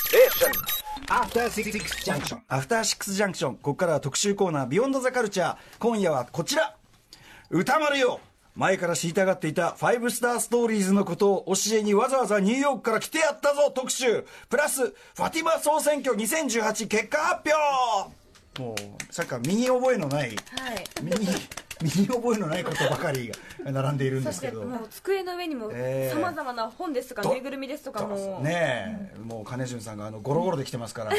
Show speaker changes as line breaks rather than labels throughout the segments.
Station.
アフターシックスジャンクション
アフターシックスジャンクションここからは特集コーナー「ビヨンドザカルチャー今夜はこちら歌丸よ前から知りたがっていた「ファイブスターストーリーズ」のことを教えにわざわざニューヨークから来てやったぞ特集プラスファティマ総選挙2018結果発表もうさっきから身に覚えのない
はい
身に身に覚えのないことばかりが並んでいるん
そ
で
し
すけ
て
ど
もう机の上にも
えー
さまざまな本ですとか
ど
ぬいぐるみですとかもう
ねえ、もう金潤さんがあのゴロゴロで来てます から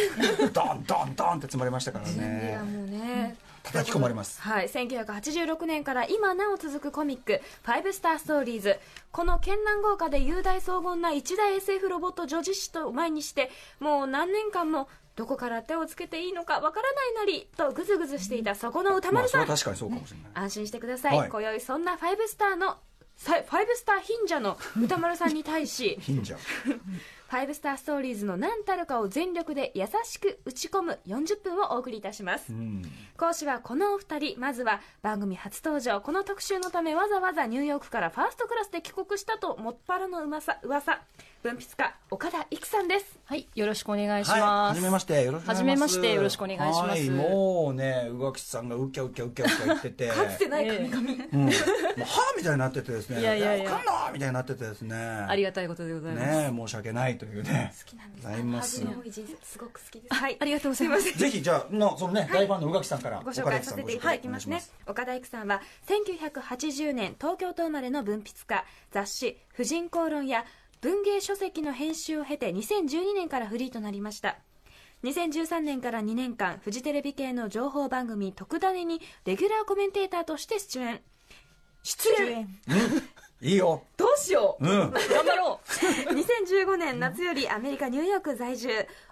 ドンドンドンって積まれましたから
い
ね
やもうね
叩き込まれます
はい、1986年から今なお続くコミック「ファイブスター・ストーリーズ」この絢爛豪華で雄大荘厳な一大 SF ロボット女子誌と前にしてもう何年間もどこから手をつけていいのかわからないなりとグズグズしていたそこの歌
まあ
丸
そ
さ
れ
ん、
は確かにそうかもしれない、
安心してください、
はい
今宵そんなファイブスターのさファイブスター貧者の歌丸さんに 対し
貧者
ファイブスターストーリーズの何たるかを全力で優しく打ち込む40分をお送りいたします、講師はこのお二人まずは番組初登場この特集のためわざわざニューヨークからファーストクラスで帰国したともっぱらのうまさ噂文筆家岡田育さんです
はい、よろしくお願いしま
はい、は
す。
じめましてよろしくお願いしま
はじめ
す
ましてよろしくお願いします
はいもうね宇垣さんがウキャウキャウキャウキャ言ってて
かつてない
ええ
神々、
うん、もうはぁみたいになっててですね
いやいやいや
わかんなーみたいになっててですね
あり
が
がたいことでございます。
ねえ申し訳ないというね
好きなんです
ございます
恥の多い人生すごく好きですはい
ありがとうございます。
ぜひじゃあのそのね、大ファンの宇垣さんから
ご紹介させ
岡
て
田さん
いただ
ご紹介
きます
お願
ね
いし
岡田育さんは1980年東京都生まれの文筆家雑誌「婦人公論」や文芸書籍の編集を経て2012年からフリーとなりました2013年から2年間フジテレビ系の情報番組「特ダネ」にレギュラーコメンテーターとして出演出演
いいよ
どうしよう、
うん
頑張ろう2015年夏よりアメリカ・ニューヨーク在住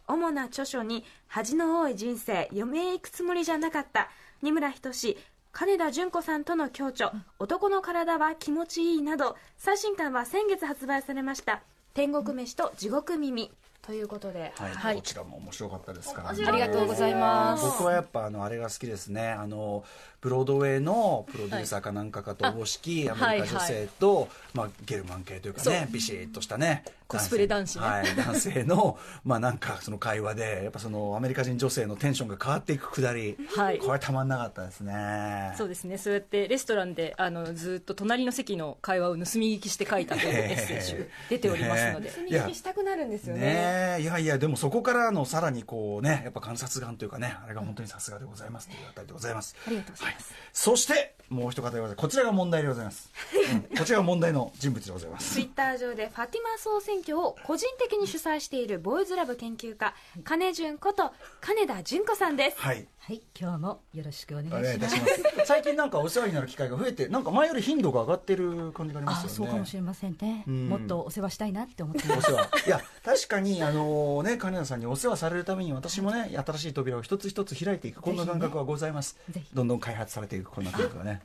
主な著書に「恥の多い人生余命行くつもりじゃなかった」二村仁金田純子さんとの共著「男の体は気持ちいい」など最新刊は先月発売されました「天国飯と地獄耳」ということで、
はい、
はい
こちらも面白かったですから、
白
いありがとうございます
僕はやっぱあのあれが好きですねあのブロードウェイのプロデューサーかなんかかとおぼしき、
はい
アメリカ女性と、まあ、ゲルマン系というかねビシッとしたね
コスプレ男子ね
はい、男性のまあなんかその会話でやっぱそのアメリカ人女性のテンションが変わっていくくだり、
はい
これたまんなかったですね
そうですねそうやってレストランであのずっと隣の席の会話を盗み聞きして書いたというエッセイ集出ておりますので、
ね
積み
いや
引きしたくなるんですよね
ねえいやいやでもそこからのさらにこうねやっぱ観察眼というかねあれが本当にさすがでございますというあたりでございますありがとうございます、そしてもう一方でございますこちらが問題でございます、うんこちらが問題の人物でございま
ツ
す
イッター上でファティマ総選挙を個人的に主催しているボーイズラブ研究家金潤こと金田純子さんです
はい
はい、今日もよろしくお願いし
お
ます。
願いいたします最近なんかお世話になる機会が増えてなんか前より頻度が上がってる感じがありますよ
あ
ね
そうかもしれませんね。
うん
もっとお世話したいなって思って
お
ます。
世話いや確かにあのね金田さんにお世話されるために私もね新しい扉を一つ一つ開いていくこんな感覚はございます、
ぜひ
どんどん開発されていくこんな感覚がね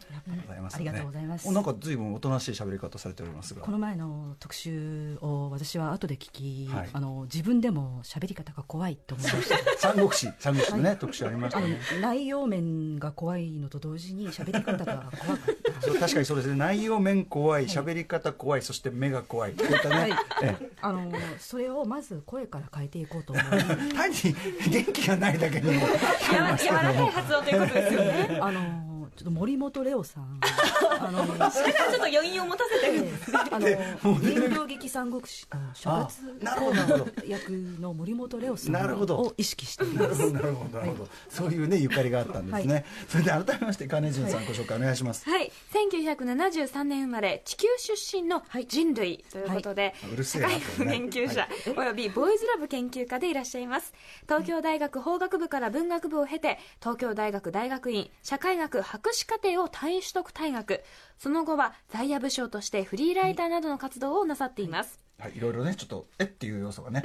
ございますので
ありがとうございます
おなんか随分おとなしい喋り方されておりますが
この前の特集を私は後で聞き、
はい
あの自分でも喋り方が怖いと思いました。
三国志三国志のね、特集ありまし
あ
た
の
ね
内容面が怖いのと同時に喋り方が怖かっ た。
そう確かにそうですね内容面怖い喋り方怖いそして目が怖いこういったね、
はい
え
あのそれをまず声から変えていこう と思い
え単に元気がないだけに
やわ柔らかい発音ということですよね
あのちょっと森本レオ さんあの
だからちょっと余韻を持たせてる
あ の人形劇三国志の諸葛
あなるほどなるほど
役の森本レオさ
なる
ん
ほど
を意識してい
な
ま
る
す
ほど なるほどなるほど、そういうねゆかりがあったんですね、それで改めまして金潤さんご紹介お願いします、
はい1973年生まれ地球出身の人類ということで、
はいうるせ
社
えな
会
これ
学
ね
研究者、およびボーイズラブ研究家でいらっしゃいます東京大学法学部から文学部を経て東京大学大学院社会学博士課程を単位取得退学その後は在野部将としてフリーライターなどの活動をなさっています、
はい、いろいろねちょっとえっていう要素がね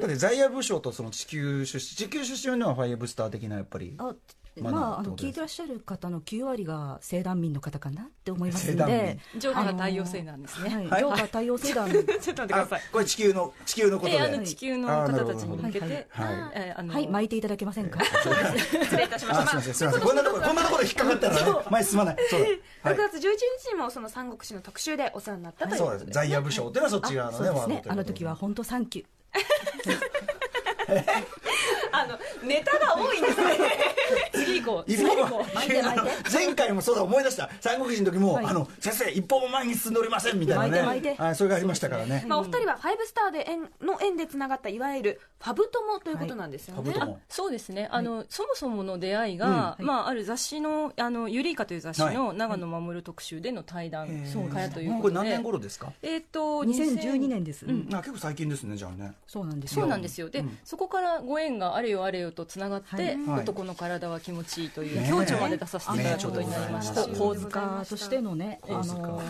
だって在野武将とその地球出身地球出身のはファイアブスター的なやっぱり
あ
ま
ま
あな
あ、あ
んて
の
こと
聞
です
いてらっしゃる方の9割が青団民の方かなって思います
青
の
団
で
情報が太陽性なんですね。
はい、
はい
上下太陽星団
ちょっと待ってくだ
あ
さい。
これ地球の地球のこと
で、
で、
あの地球の方たちに向け
はい
て、
はい
えーあの
はい巻いていただけませんか
失礼いたしま
あすい
した
ませんすいませんこんなところこんなところ引っかかったらね前進まないそうだ、
6
はい、
月11日にもその三国志の特集でお世話になった という
そう
こ
で
と
す
で
在野武将っていうのはそっ
あ
ち側の
そう
ねワードという
ですね
ことで
あの時は本当サンキュー
あのネタが多いんですね 次行こう
一
次
歩
行
も
こう
巻いて巻いて
あの前回もそうだ思い出した三国人の時も、あの先生一歩も前に進んでおりませんみたいなね
巻いて巻いて
はいそれがありましたからね
まあ、お二人はファイブスターで縁の縁でつながったいわゆるファブ友ということなんですよ
株
ね、
とも
そうですねあの、そもそもの出会いが、まあ、ある雑誌の「あのユリイカ」という雑誌の長野守特集での対談からという
もう
こ
こと
で
れ何年頃ですか
えっと
2012年です、
うん
あ結構最近ですねじゃあね
そうなんです
そう
よ
なんですよで、そこからご縁があれよあれよとつながって、
はい
男の体は気持ちいいという、
ねえ
強調まで出させていただくことになりました、
ねえ
こ
構図家としてのね、あ
構図家
の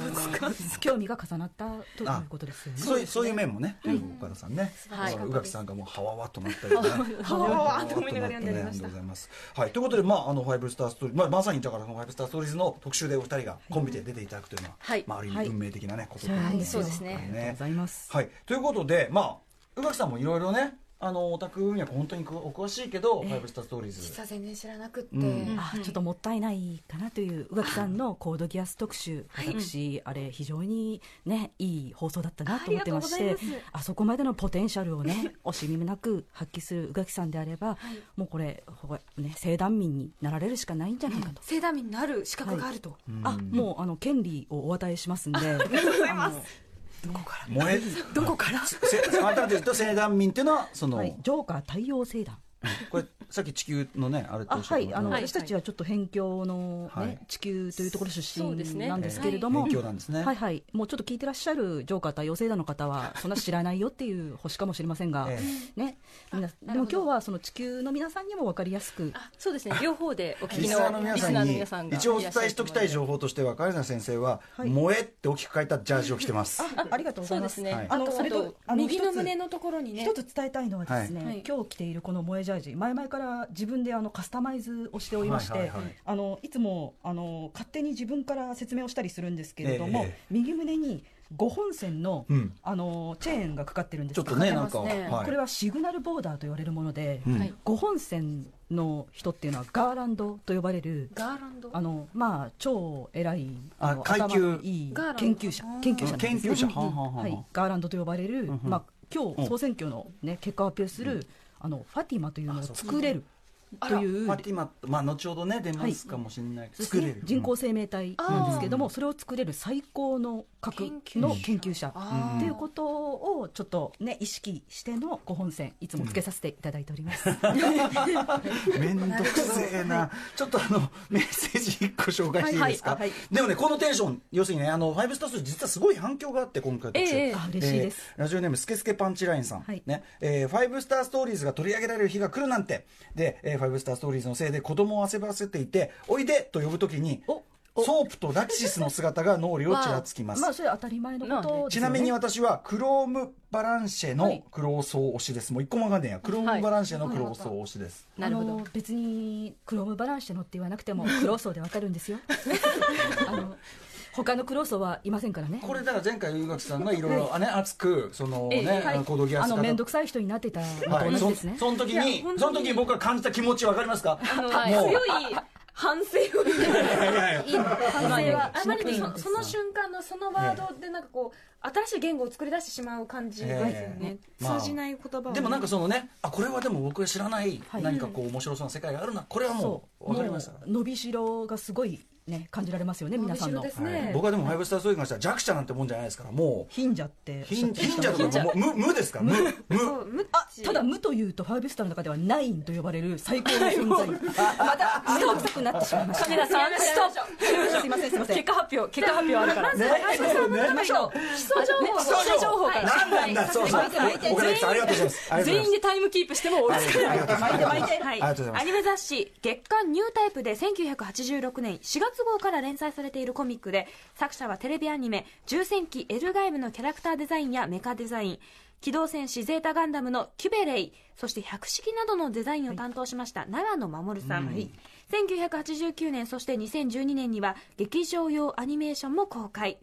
興味が重なったということですよね。
そういうそういう面もね、岡田さんね、
はい
だから宇垣さんがもうはわわっとなったりね、はわわっと思いながら読んでました。はい、ということで、まあ、あのファイブスターストーリー、まあ、まさにだから、ファイブスターストーリーズの特集でお二人がコンビで出ていただくというのは、
はい
まあ、ある意
は
味
い
運命的なね、こと
そうな
う
んで
ですす
よ
よ
ね
ね
ありがとうございます。
はい、ということで、まあ、宇垣さんもいろいろね、あの、オタクには本当にお詳しいけど、ファイブスターストーリーズ。
実は全然知らなくって、
うん
あちょっともったいないかなという宇垣さんのコードギアス特集、私、あれ、非常にね、いい放送だったなと思ってまし
あり
て
がとうござい、
あそこまでのポテンシャルをね、 惜しみなく発揮する宇垣さんであれば、もうこれ、ほね、正団民になられるしかないんじゃないかと。
盛大民になる資格があると、
あもうあの権利をお与えしますんで、あの
萌え、どこから。せ、あなたで言うと、青団民っていうのは、その、
はいジョーカー太陽星団。
これ、さっき地球のね、あれと
あ
おっしゃ
は
ってま
い、
した
あの
ね
私たちはちょっと辺境の、ね
はい
地球というところ出
そうです
身
ね
なんですけれども、
はい辺境なんですね
はいはい、もうちょっと聞いてらっしゃるジョーカー太陽星団の方 は、そんな知らないよっていう星かもしれませんが、
え
ね、みんなでも今日はその地球の皆さんにも分かりやすく、
そうですね両方でお聞
リ
き
ス
の
ナーの皆
リ
さ
スナー
ん
の
に
皆さんが
一応お伝えしておきたい情報としては、カレナ先生は「萌え」って大きく書いたジャージを着てます。
あありがとうござ
そ
いうま。
ですすね、
はい
あ
あ
の
の
それと
あと
あの
右の
一つ
胸のところにね
一つ伝えたいのはですね、
はい
今日着ているこの萌えジャージ前々から自分であのカスタマイズをしておりまして、
はい
い
はいはい
あのいつもあの勝手に自分から説明をしたりするんですけれども、
ええ
右胸に5本線の,、
うん
あのチェーンがかかってるんです
ちょっとねなんか、
書いてますね
はい
これはシグナルボーダーと言われるもので、
うん
はい
5本線の人っていうのはガーランドと呼ばれる
ガーランド
あのまあ超偉い
あ
の
階級
頭のいい
ガーランド
研究者研究者なんですね
研究者はあはあはあ
はいガーランドと呼ばれるまあ今日総選挙のね結果を発表するあのファティマというのを作れるという
ファティマまあ後ほどね出ますかもしれないけど、作れる
人工生命体なんですけどもそれを作れる最高の核の研究者っていうことをちょっとね意識してのご本選いつもつけさせていただいております。
面倒くせえな、ちょっとあのメッセージ一個紹介していいですか、
はいはいはい
でもねこのテンション要するにねあのファイブスタース実はすごい反響があって今回特集
ええええ
あ嬉しいです
えーラジオネームスケスケパンチラインさん、
はい
ねえーファイブスターストーリーズが取り上げられる日が来るなんてで、えーファイブスターストーリーズのせいで子供を焦らせていておいでと呼ぶときにソープとラクシスの姿が脳裏をちらつきます
まあそれは当たり前のことです
ち
よ
な
ね
みに私はクロームバランシェ
は
の
い
クローソー推しです。もう一個もわかんねえや。クロームバランシェのクローソー推しです。
なるほ
あ
ど
の別にクロームバランシェのって言わなくてもクローソーでわかるんですよあの他のクローソーはいませんからね
これだから前回、ゆうがきさんがいろいろね、熱く、そのね、あのコードギア
あ
ス
の面倒
く
くさい人になってたのと
は
同
い、
じ
そ
ですね、
その時に、その時に僕が感じた気持ちわかりますか
あの
もう、
強い反省を
いやいや
反省は
あ
し
ま
な
り
く
に
ていいん
そ
です
その瞬間のそのワードでなんかこう新しい言語を作り出してしまう感じですよね
え、えまあ
通じない言葉を
でもなんか
そ
そのね、あ、これはでも僕が知らない、
はい
何かこう面白そうな世界があるな。これはも、
そう
わかりました
も。う伸びしろがすごいね感じられますよね皆さんの
伸びしろですね
はい僕はでも、ファイブスターストーリーに関しては弱者なんてもんじゃないですから、もう、
貧者っておっしゃっ
貧
てました
者とかもう、無、無ですから、無、無。
う無知
あただ無というとファイブスターの中ではナインと呼ばれる最高の存在また目が臭くなってしまいました
カメラさんストッ
すいませんすいま
プ
せん
結果発表結果発表あるから
ね、ね、
ましょう基礎情報
基礎情報
から
何なんだ、そうそう。岡崎さん、ありがとうございます。ありがとうござ
全
いま
員
す。
でタイムキープしても追いつかない
り
はい、
がとうございます
アニメ雑誌「月刊ニュータイプ」で1986年4月号から連載されているコミックで作者はテレビアニメ「重戦記エルガイム」のキャラクターデザインやメカデザイン機動戦士ゼータガンダムのキュベレイそして百式などのデザインを担当しました長野守さん、1989年そして2012年には劇場用アニメーションも公開、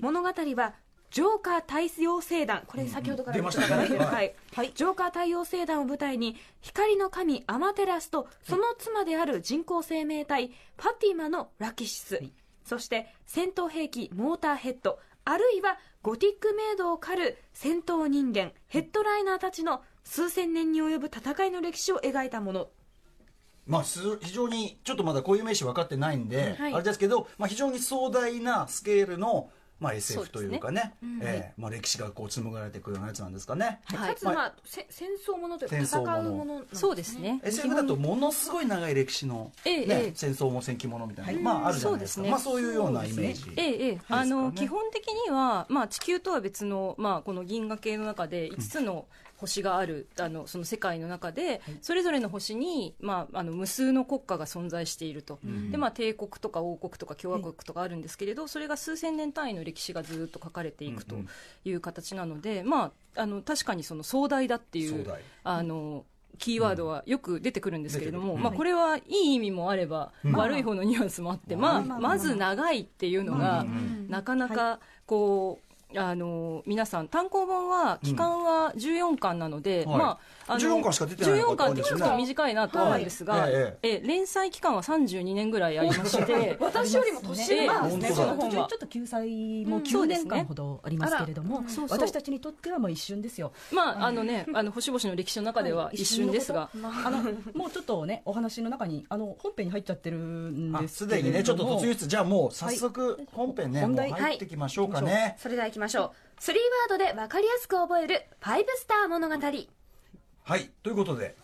物語はジョーカー大陽星団これ先ほどから
出ましたね
はいはい、ジョーカー太陽星団を舞台に光の神アマテラスとその妻である人工生命体ファティマのラキシス、そして戦闘兵器モーターヘッドあるいはゴティックメイドを狩る戦闘人間ヘッドライナーたちの数千年に及ぶ戦いの歴史を描いたもの
まあ、す非常にちょっとまだこういう名詞分かってないんで、
はい
あれですけど、まあ、非常に壮大なスケールの、まあ、SF というかねええまあ、歴史がこう紡がれていくようなやつなんですかね。
かつ、まあ、せ戦争ものというか
戦
戦
争
う
もの
ものなん
そうですね
SF だとものすごい長い歴史の、ね
ええええ
戦争も戦記ものみたいな、まああるじゃないですか
そうですね
まあ、そういうようなイメージ、
ええええあの
ですか
基
ね
本的には、まあ、地球とは別の、まあ、この銀河系の中で5つの星がある、あのその世界の中で、それぞれの星に、まあ、あの無数の国家が存在していると、でまあ、帝国とか王国とか共和国とかあるんですけれど、それが数千年単位の歴史がずっと書かれていくという形なので、まあ、あの確かにその壮大だってい
壮
う
大。
あのキーワードはよく出てくるんですけれども、
うん
まあ、これはいい意味もあれば、悪い方のニュアンスもあって、まあ、まず長いっていうのが、なかなかこう、あの皆さん、単行本は期間は14巻なので、
はい
まあ、あの
14巻しか出てないの
14
か
巻って聞くと短いなと思うんですが、
はいえ
え連載期間は32年ぐらいありまして。
私よりも年上
ええ
ですね
本当
そ
そ
だ
の
の
本
本は
はちょっと救済
う
も
ん
9年
そうですね
間ほどありますけれども、
そうそう
私たちにとってはもう一瞬ですよ。
まあ、あのね、あの星々の歴史の中では一瞬ですが、
あのもうちょっとねお話の中にあの本編に入っちゃってるん
あ
です
す
け
で
れども
にねちょっと突入しつつじゃあもう早速本編ね、
本
もう
題
入ってきましょうかね、
それではいきましょう3ワードで分かりやすく覚える「ファイブスター物語」
はい、ということで、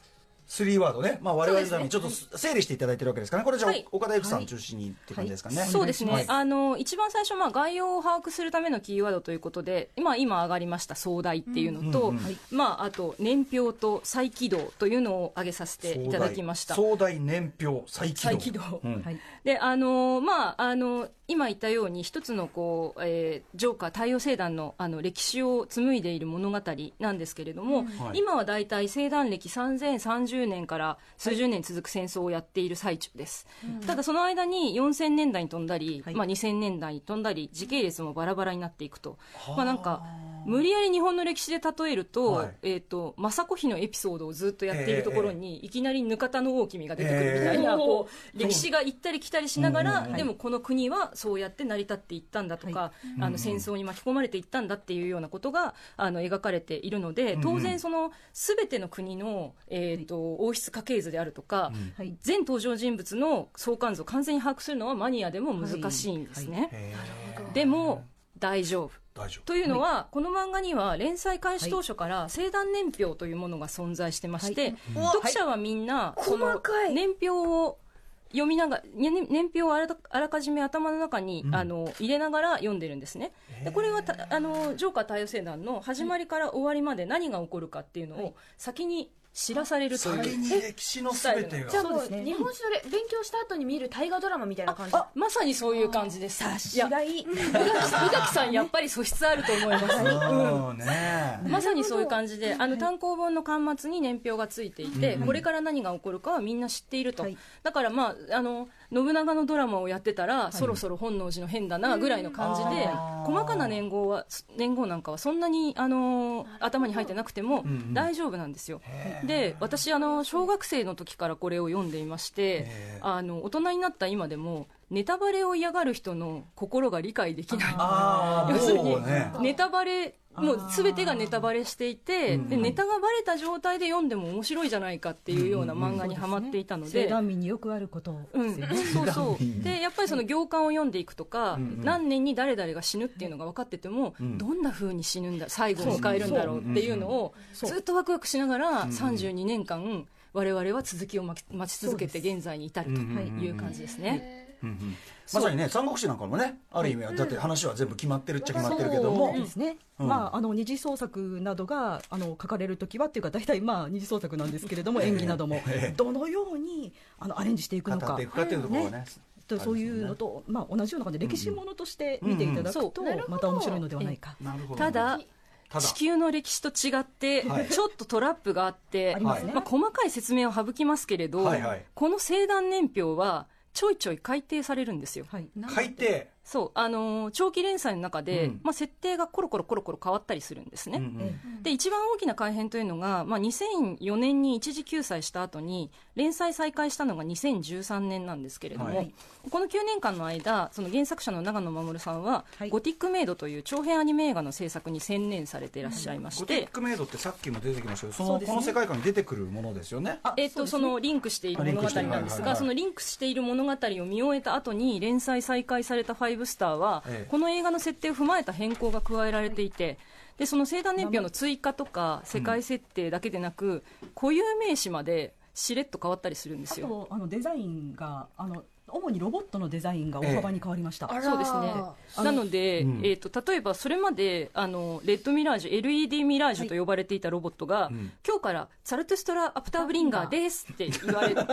スリーワードね、まあ、我々のためにちょっと整理していただいてるわけですかね、これじゃあ、
はい
岡田由紀さん中心にって感じですかね。
そうですね、
はい
あの一番最初、まあ、概要を把握するためのキーワードということで、今、今上がりました壮大っていうのと、まあ、あと年表と再起動というのを挙げさせていただきました。
壮大年表再起動。
再起動
うん
はい
であのまあ、あの今言ったように、一つのこう、えージョーカー、太陽星団のあの歴史を紡いでいる物語なんですけれども、
はい
今はだいたい星団歴3030年から数十年続く戦争をやっている最中です、ただその間に4000年代に飛んだり、
はい
まあ、2000年代に飛んだり、時系列もバラバラになっていくと、まあ、なんか無理やり日本の歴史で例えると、
はい
えー、と政子妃のエピソードをずっとやっているところに、いきなりぬかたの大君が出てくるみたいな、
えー
こう 歴史が行ったり来たりしなが
うんうん
ら、
うん
でもこの国はそうやって成り立っていったんだとか、あの戦争に巻き込まれていったんだっていうようなことがあの描かれているので、当然、そのすべての国の、えー、と王室家系図であるとか、
はい
全登場人物の相関図を完全に把握するのはマニアでも難しいんですね。
へー
でも大丈夫
大丈夫。
というのは、この漫画には連載開始当初から星団年表というものが存在してまして、読者はみんなその年表を読みながらね年表をあらあらかじめ頭の中に、あの入れながら読んでるんですねでこれはたあのジョーカー太陽星団の始まりから終わりまで何が起こるかっていうのを先に知らされるという、
先に歴史のすべてが
じゃあ。も
そううですね
日本史のれ勉強した後に見る大河ドラマみたいな感じ
あまさにそういう感じですいや
白井
宇垣さんやっぱり素質あると思います
うんね
まさにそういう感じで、あの単行本の巻末に年表がついていて、これから何が起こるかはみんな知っていると、
はい
だから、まあ、あの信長のドラマをやってたら、そろそろ本能寺の変だなぐらいの感じで、
あー
細かな年号は年号なんかはそんなにあの頭に入ってなくても
ん
大丈夫なんですよ。で私あの小学生の時からこれを読んでいまして
へー
あの大人になった今でもネタバレを嫌がる人の心が理解できない
ああ、
要するに
もうね。
ネタバレもう全てがネタバレしていてでネタがバレた状態で読んでも面白いじゃないかっていうような漫画にはまっていたの
西
で。
南民によくあること
う
で
ん
すよね、、
そうそうでやっぱりその行間を読んでいくとか、何年に誰々が死ぬっていうのが分かってても、どんな風に死ぬんだ最後を迎えるんだろうっていうのを
そう
ずっとワクワクしながら32年間我々は続きを待ち待ち続けて現在に至るという感じですね。
まさにね、三国志なんかもね、ある意味は、だって話は全部決まってるっちゃ決まってるけども
そう。ですね、
うん
まああの二次創作などがあの書かれるときはっていうか大体まあ二次創作なんですけれども演技などもどのようにあのアレンジしていくの
語っ
か
ていくかっていうところがね。
とそういうのと、まあ、同じような感じで歴史ものとして見ていただくと、また面白いのではないか、
なるほど
ただ、
ただ
地球の歴史と違って、
はい
ちょっとトラップがあって
ありますね
あ、細かい説明を省きますけれど、
はいはい
この星団年表はちょいちょい改定されるんですよ、
はい、
改定。
そうあのー長期連載の中で、
うん
まあ、設定がコロコロコロコロ変わったりするんですね、
うんうん
で一番大きな改変というのが、まあ、2004年に一時休載した後に連載再開したのが2013年なんですけれども、
はい
この9年間の間その原作者の長野守さんは、
はい
ゴティックメイド」という長編アニメ映画の制作に専念されていらっしゃいまし
ゴテ
て
ィッ、クメイドってさっきも出てきましたけどそ
そ
の
うです
こ
ね
の世界観に出てくるものですよね
えっとそのリンクしている物語なんです
あ
が、
リンクしてるはいはいはい
そのリンクしている物語を見終えた後に連載再開された「ファイブスターは」
ええ
この映画の設定を踏まえた変更が加えられていて。でその生誕年表の追加とか世界設定だけでなく、固有名詞までしれっと変わったりするんで
あ
すよ。
とあのデザインがあの主にロボットのデザインが大幅に変わりました、
そうですねなので、
うん
えー、と例えばそれまであのレッドミラージュ LED ミラージュと呼ばれていたロボットが、
ん
今日から「ツァルトゥストラ・アプターブリンガーです」って言われて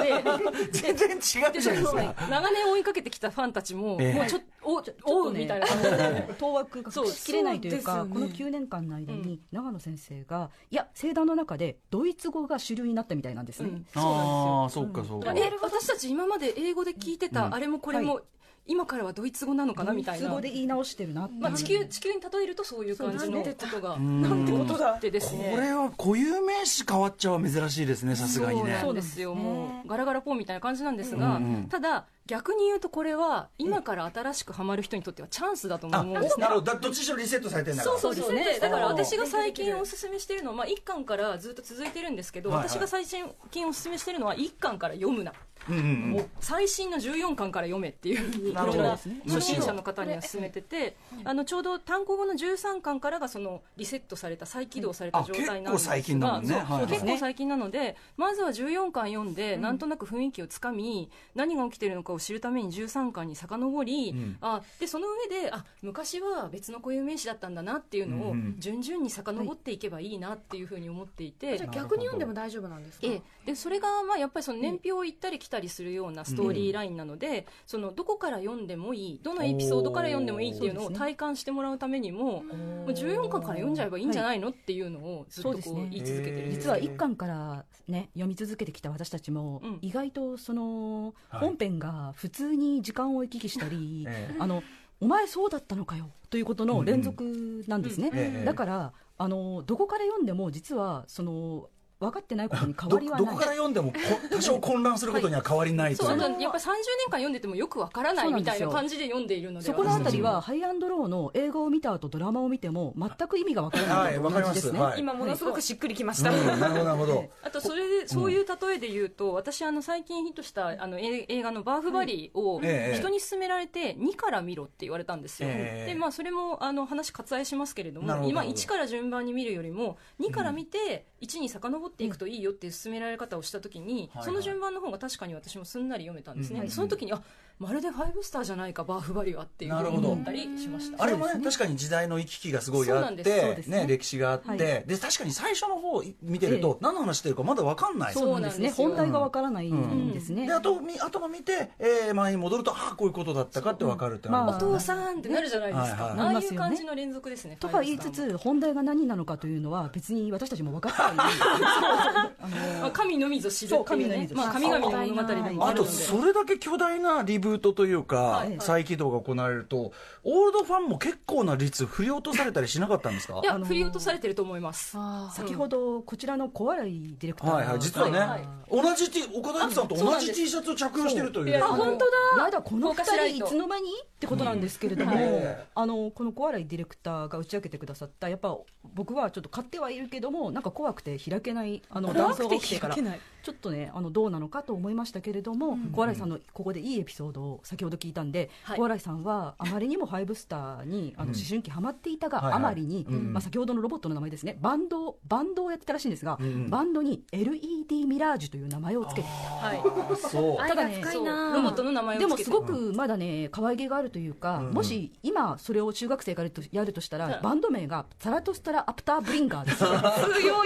全然違うじゃない
で
ですか
長年追いかけてきたファンたちも、
ええ
もうちょっと、お、おうみたいな感じで。
当枠が
そう
隠しきれないというか
そうです
こ
よね
の9年間の間に長野先生が、いや聖壇の中でドイツ語が主流になったみたいなんです
う
ね、
ん
ああそうかそう
だか
から
え私たち今まで英語で聞いてた、
うん
あれもこれも、今からはドイツ語なのかなみたい
ドイツ
な
語。で言い直してるなっていう
まあ、地球、地球に例えるとそういう感じのことが。
なんて
ことだってです
これ
ね。
は固有名詞変わっちゃうは珍しいですねさすがにね
そうですよ、もうガラガラポンみたいな感じなんですが、
うんうん
ただ逆に言うとこれは今から新しくハマる人にとってはチャンスだとも思うんですね
なるほどだどっちにしろリセットされてるんだか
そう
ら
そうですね。だから
そう
私が最近おすすめしてるのは、まあ、1巻からずっと続いてるんですけど、
はいはい
私が最近おすすめしてるのは1巻から読むな、
うんうんうん
もう最新の14巻から読めっていうい
なる
ろ
ほ
ん
ど
な初心者の方には勧めててあのちょうど単行後の13巻からがそのリセットされた再起動された状態なんです
あ結構最近だも
が
んね
そう
はい
そう結構最近なのでまずは14巻読んでなんとなく雰囲気をつかみ何が起きてるのかを知るために13巻に遡り
ん
あでその上であ昔は別の固有名詞だったんだなっていうの
う
を
んうん
順々に遡っていけばいいなっていうふうに思っていて
じゃあ逆に読んでも大丈夫なんですか
ええ、でそれがまあやっぱりその年表を行ったり来たりするようなストーリーラインなので、そのどこから読んでもいいどのエピソードから読んでもいいっていうの
お
を
ーそうですね
体感してもらうためにも,、もう14巻から読んじゃえばいいんじゃないのっていうのをずっとこ
そううですね
言い続けてるんです
実は1巻から、ね、読み続けてきた私たちも、
うん
意外とその
はい
本編が普通に時間を行き来したり、
ええ
あのお前そうだったのかよということの連続なんですね、
うんうんええ
だからあのどこから読んでも実はその分かってないことに変
ど
わりは
ど
ない
こから読んでもこ多少混乱することには変わりないと
そう
い
あ
う
とやっぱり30年間読んでてもよくわからないみたいな感じで読んでいるので
そこのあたり
う
はハイアンドローの映画を見た後ドラマを見ても全く意味がわから
は
ない
い
の
わ
と
かり
同じ
ま
ですすね。
はい
今ものすごくしっくりきまし
う
た、
んなるほどな るほど
あとそれでそういう例えで言うと、私あの最近ヒットしたあのえ映画の「バーフバリー」を
ええ
人に勧められて2から見ろって言われたんですよ、
ええ
でまあそれもあの話割愛しますけれども
なるほど
今1から順番に見るよりも2から見て1に遡っていくといいよっていう勧められ方をした時に、
はいはい
その順番の方が確かに私もすんなり読めたんですね、
うん
でその時にあまるでファイブスターじゃないかバーフバリーはっていうふ
な
う
る
に
ほど
思ったりしました
あれもね確かに時代の行き来がすごい
そう
あ
な
っ
んですそう
で
て
すね
ね歴史があ
は
っ
い
てで確かに最初の方見てると何の話してるかまだわかんない
そうなんですね。
そうなんですよ
本題がわからないんですね。
であとみ後も見てえー前に戻るとああこういうことだったかってわかるって
そううん
あ
お
の
ま
父さんってなるじゃないですか、
はい
はい
ああいう感じの連続ですね
とか言いつつ本題が何なのかというのは別に私たちも分かって はいないあ
まあ、
の
神のみぞ知るっていう、
そう神のみ
ね
ぞ知る
まあ、神々の物語でもあ
あ
るの
と
で
それだけ巨大なリブートというか
い
再起動が行われるとオールドファンも結構な率振り落とされたりしなかったんですか
いや、
あのー
振り落とされてると思います
先ほどこちらの小笑いディレクターが
はいはい実はね、
はいはい
同じ T 岡田由紀さんと
そう
同
なんで
じ
す
T シャツを着用してるという
いや
あの
本当だ
やだこ
フォ
の
ーカスラ
2
イ
人い
ト
つの間にってことなんですけれども、
うんええ
あのこの小笑いディレクターが打ち明けてくださったやっぱ僕はちょっと買ってはいるけどもなんか怖くて開けないあの断層が起きてからちょっとねあのどうなのかと思いましたけれども、小笑いさんのここでいいエピソードを先ほど聞いたんで、
はい
小笑いさんはあまりにもファイブスターにあの思春期ハマっていた
はいは
が
い
あまりに、
うん
まあ、先ほどのロボットの名前ですねバンドをバンドをやってたらしいんですが、
ん
バンドに LED ミラージュという名前をつけていた。
はい
そう
愛が深い
そう
な
ロボットの名前を
で
つ
も
けて
すごくまだね可愛げがあるというか、
うん
もし今それを中学生がやるとやるとしたら、
はい
バンド名が「サラトスタラ・ア プター・ブリンガー」ですよ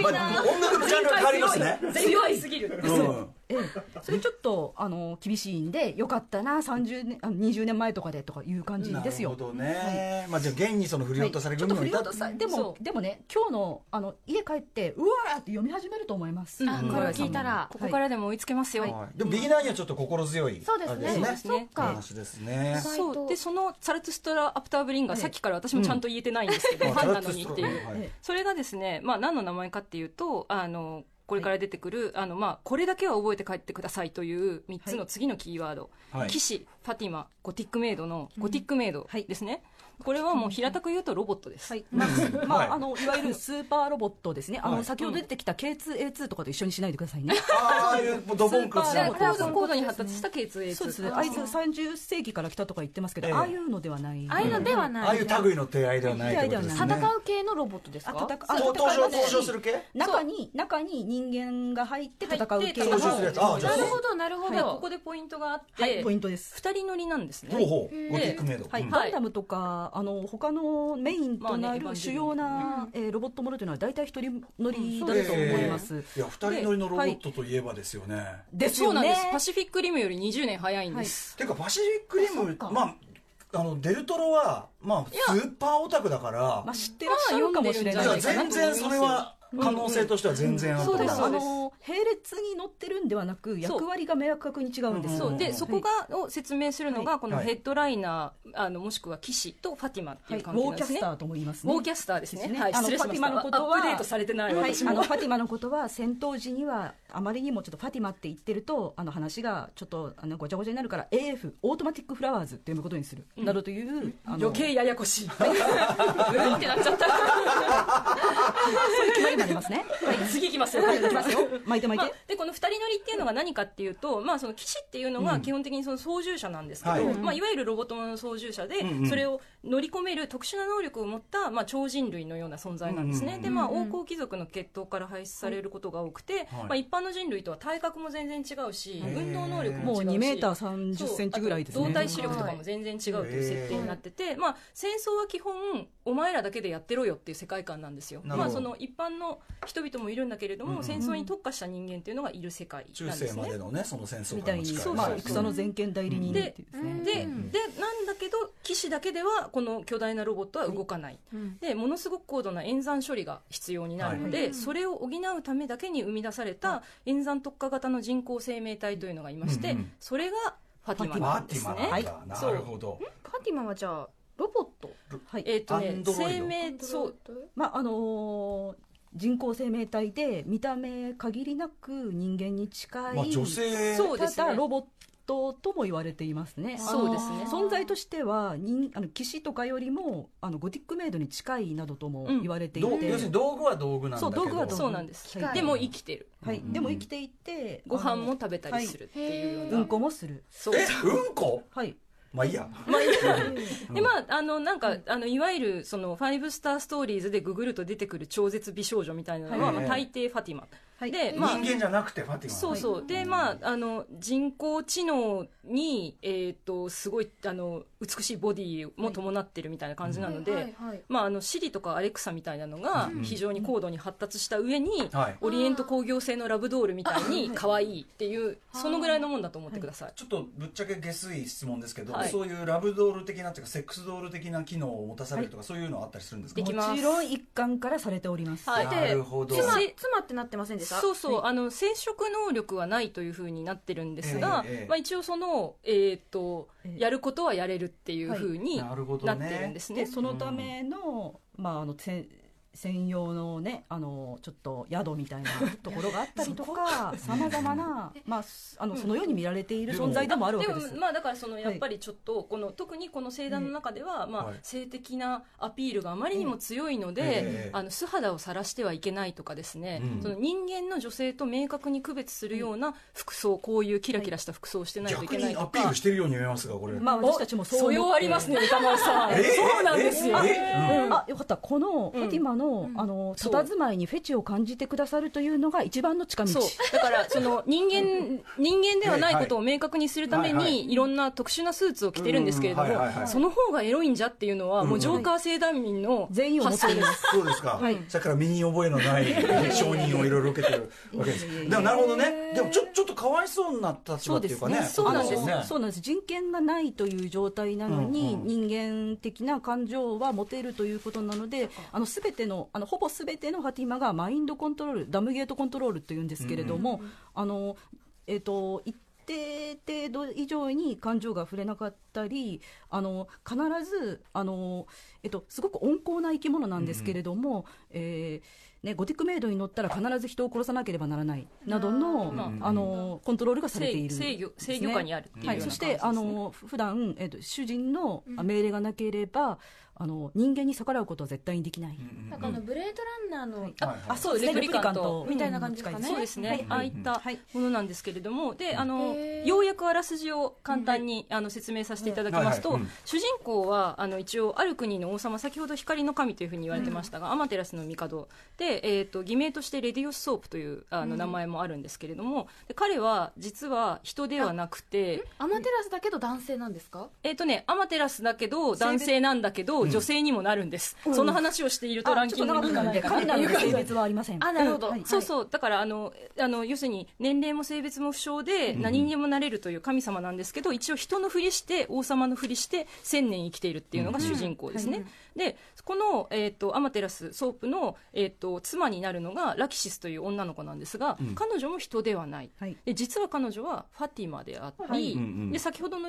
強いな
まあ、音楽のジャンルは変わりますね、
強いすぎる
うん
えそれちょっとあの厳しいんでよかったな30年あの20年前とかでとかいう感じ
な
です
る
よ
ほどね、まあじゃあ現にその振り落とされ
ちょ
組
っと
も
振
い
り
た
落
と
とさでも
そ
でもね今日のあの家帰ってうわーって読み始めると思います、
うん
小
あこ
原
れ
さん
聞
も
いた
ら
ここからでも追いつけますよ、
はいでもビギナーにはちょっと心強い
そうですね
あれ
そうですね
そっ
お
か
話ですね
はい
そうでそのサルツストラ・アプター・ブリンガー、さっきから私もちゃんと言えてないんですけど、
まあ
ファンなのにっていう、
はい
え
それがですね、まあ、何の名前かっていうとあのこれから出てくる、あのまあ、これだけは覚えて帰ってくださいという3つの次のキーワード、
はい
騎士ファティマゴティックメイドのゴティックメイドですね、これはもう平たく言うとロボットです、
はいまあ、 ま
はい
あ、あのいわゆるスーパーロボットですね、あ
はい
の先ほど出てきた K2A2 とかと一緒にしないでくださいね、
ああいうドボンク
スーパー
で
ロボ
高
ッ
度高度に発達した K2A2
そうですね、あいつ30世紀から来たとか言ってますけど、
ええ
ああいうのではない、
ああいうのではない
ああいう類の手合いではないってことです
戦
ね
う系のロボットです
あ
か
戦う
と
あ戦
登
い
場
ますね
登場する系
中に中に人間が入って戦う系
入
登場するやつああじゃあ
なるほどなるほ
でこ
ど
こでポイントがあって、
はいポイントです
2人乗りなんですね
ほうほうゴティックメイド
はい、
うん
ガンダムとか、あの他のメインと
まあ
な
ねエヴァンゲリオン
る主要な、えーロボットものというのは大体一人乗りだと思います。
ええいや二人乗りのロボットといえばですよね
です
そう
よ
なん
ね
です、パシフィックリムより20年早いんです、
ていうかパシフィックリムまああのデルトロはまあスーパーオタクだから
まあ、知ってらっしゃるかもしれ
ま
な
あ
い
じゃ
読ん
あ
でるんじゃないかな
全然それは可能性としては全然ある
そう
た
です
だ
そう
あ
です
の並列に乗ってるんではなく役割が明確に違うんです
そう
う
で
ん
そこがを説明するのが、この
はい
ヘッドライナーあのもしくは騎士とファティマって
はいいうウ
関係
ォ
な
ー
ん
キ
で
ャ
す
ス
ね、
ターとも言います
ウ
ね
ォーキャスターですね。
ね
はい、
あの
失礼しました。
ファティマのことは
アップデートされてない
はい、
私も。
あのファティマのことは戦闘時にはあまりにもちょっとファティマって言ってるとあの話がちょっとあのごちゃごちゃになるから AF オートマティックフラワーズっていうことにする、などというあの
余計ややこしい。 うんってなっちゃった。
そういう決まりにな りますね
次行きますよ。
はいいきますよ巻いて巻い
ま
て、
あでこの二人乗りっていうのが何かっていうと、まあ、その騎士っていうのが基本的にその操縦者なんですけど、
はいい
まあ、いわゆるロボットの操縦者で、
うんうん
それを乗り込める特殊な能力を持った、まあ、超人類のような存在なんですね、
うんうん
で、まあ、王侯貴族の血統から輩出されることが多くて、
はい
まあ、一般の人類とは体格も全然違うし、
ー
運動能力も
も
違
う
うし
2メーター3
そう
0センチぐらいです
あと
ね
動体視力とかも全然違うという設定になってて、まあ、戦争は基本お前らだけでやってろよっていう世界観なんですよ
なる
ま
ほ
あ、
ど
その一般の人々もいるんだけれども、戦争に特化した人間っていうのがいる世界なん
中
です
世ま
ね
で。のねその戦争
みたいに、まあ、戦の全権代理人っていうですね
ででなんだけど騎士だけではこの巨大なロボットは動かない、でものすごく高度な演算処理が必要になるので、それを補うためだけに生み出された演算特化型の人工生命体というのがいまして、
うんうん
それがファティマ
マ
な
ー
ん
テ
で
ィ
す
マ
ね。
なんだなるほど
ファティマはじゃあロボット
はい
えっ、と
ア
ね
ンドロイ
生
ド
命そう
まああのー人工生命体で見た目限りなく人間に近い、
まあ女性
そうですね
ただロボットとも言われていますね
そうですね
あの存在としては人あの騎士とかよりもあのゴティックメイドに近いなどとも言われていて、
どう要するに道具は道具なんだけど
そう道具は道具
そうなんです、
はい
でも生きてる
はい、でも生きていて
ご飯
あ
も
の
食べたりするっていうような、
うんこもする
そう
えうんこ
はい
まあいいや
でまああのなんか、あのいわゆるそのファイブスターストーリーズでググると出てくる超絶美少女みたいなのは、
はい
まあ大抵ファティマ、
はい
で
人
まあ
間じゃなくてファティマ
そうそう、でまああの人工知能にえっ、とすごいあの美しいボディも伴ってるみたいな感じなので、まあ、あのシリとかアレクサみたいなのが非常に高度に発達した上に、
はい
オリエント工業製のラブドールみたいに可愛いっていうそのぐらいのもんだと思ってください、
ちょっとぶっちゃけ下水質問ですけど、
はい
そういうラブドール的なっていうかセックスドール的な機能を持たされるとか、そういうのあったりするんですか
できます
もちろん一貫からされております、
はい
なるほど
妻妻ってなってませんでした
そうそう、あの生殖能力はないというふうになってるんですが、
ええええ
まあ、一応その、えー、と
ええ
やることはやれるっていうふうに
は
な
いな
っ
るほどね
てるんですね。
でそのための,、まあ、あのせ専用のねあのちょっと宿みたいな ところがあったりとかさまざまな、まあ、すあのそのように見られている存在でもあるわけです。
もまあだからそのやっぱりちょっとこの特にこの聖壇の中ではま
は
あ
い
性的なアピールがあまりにも強いの
え
で
え
あの素肌を晒してはいけないとかですね
うん
その人間の女性と明確に区別するような服装こういうキラキラした服装をしてないとい
逆
けない
に
と
アピー
か
ルしてるように見えますがこれ、
まあ、私たちもそう
素
思って
養ありますね三田丸さん
ええ
そうなんですよ
ええええ
あよかったこのファティマの、の、あの
そう
佇まいにフェチを感じてくださるというのが一番の近道
そうだからその人間人間ではないことを明確にするため
はいはい
にいろんな特殊なスーツを着てるんですけれど
うんうんはいはいは
も
い
その方がエロいんじゃっていうのはもうジョーカー性難民の
全員を持っています
そうですか、
はい
さっきから身に覚えのない承認をいろいろ受けてるわけですでもなるほどねでもちょちょっとかわいそうな立場っていうかね
そうなんで
こ
す
とよ
ね。そうなんです。人権がないという状態なのに、
うんう
人間的な感情は持てるということなので、あのすべてのあのほぼすべてのファティマがマインドコントロール、ダムゲートコントロールというんですけれども、あのえっ、と一定程度以上に感情が触れなかったり、あの必ずあのえっとすごく温厚な生き物なんですけれども、えーねゴティックメイドに乗ったら必ず人を殺さなければならないなどの、
ま
あのコントロールがされてい
制
る
制御制御下にあるっていうような
は、
い感
そ
じ
し
で
て
す
あ
ね
の普段えっと主人の命令がなければ、あの人間に逆らうことは絶対にできない、
なんかあのブレードランナーの
はい
あそうレプリカント
みたいな感じですか
うん
ね
そうですね、ああいった
はい
ものなんですけれども、であの
へー
ようやくあらすじを簡単に、あの説明させていただきますと、
はいはいうん
主人公はあの一応、ある国の王様、先ほど光の神というふうに言われてましたが、アマテラスの帝で、えー、と偽名としてレディオス・ソープというあの名前もあるんですけれども、で彼は実は人ではなくて、
アマテラスだけど男性なんですか
えーとね、アマテラスだけど、男性なんだけど、女性にもなるんです、その話をしているとランキングにいかないかな
彼らの性別はありません
あなるほど、
うんは
はいい、
そうそう、だからあのあの要するに年齢も性別も不詳で何にでもなれるという神様なんですけど、一応人のふりして王様のふりして千年生きているっていうのが主人公ですね。でこのえっ、とアマテラスソープのえっ、と妻になるのがラキシスという女の子なんですが、彼女も人ではない。
はい
で実は彼女はファティマであり、
はい
うんうん
で先ほどの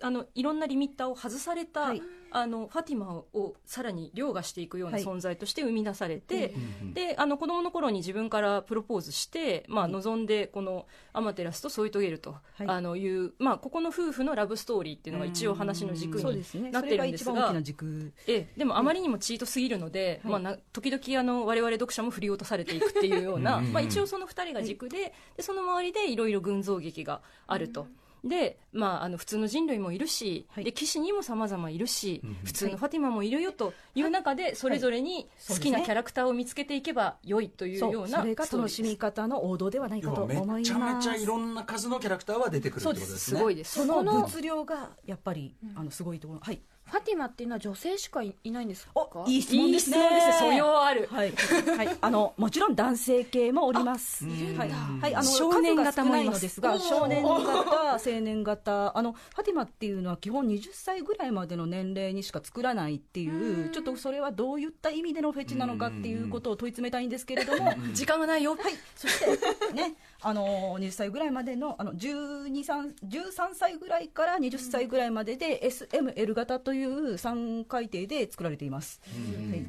あのいろんなリミッターを外された、
はい
あのファティマをさらに凌駕していくような
はい
存在として生み出されて、
うん
であの子供の頃に自分からプロポーズして、まあ、望んでこのアマテラスと添い遂げると、
はい
あのいう、まあ、ここの夫婦のラブストーリーっていうのが一応話の軸
そうです
に
ね
なっ
そ
て
れ
る
が
んで
一
す
番大き
が
な。軸
ええ、でもあまりにもチートすぎるので、まあ、な時々あの我々読者も振り落とされていくっていうようなまあ、一応その2人が軸で,、でその周りでいろいろ群像劇があると。でまあ、あの普通の人類もいるし、
はい
で騎士にも様々いるし、普通のファティマもいるよという中で、それぞれに好きなキャラクターを見つけていけば良いという
そ
よう
う
な
それが
ストーリ
楽
ー
し
です
み方の王道ではないか
要
と
は
思います
めちゃめちゃいろんな数のキャラクターは出てくるってことです
す
ね
ごいです
その物量がやっぱり、あのすごいところはい
ファティマっていうのは女性しかいいないんですか
おいい質問
い
で
い
す
質
ね
問ですね素養ある、
はい、はい、あのもちろん男性系もおります。はい、はい、あの
少年型もいます
数が少ないのですが、少年型、青年型、あのファティマっていうのは基本20歳ぐらいまでの年齢にしか作らないっていう、ちょっとそれはどういった意味でのフェチなのかっていうことを問い詰めたいんですけれども、
時間がないよ、
そしてね、あの20歳ぐらいまでのあの12 13 13歳ぐらいから20歳ぐらいまでで SML 型という3回程で作られています。はい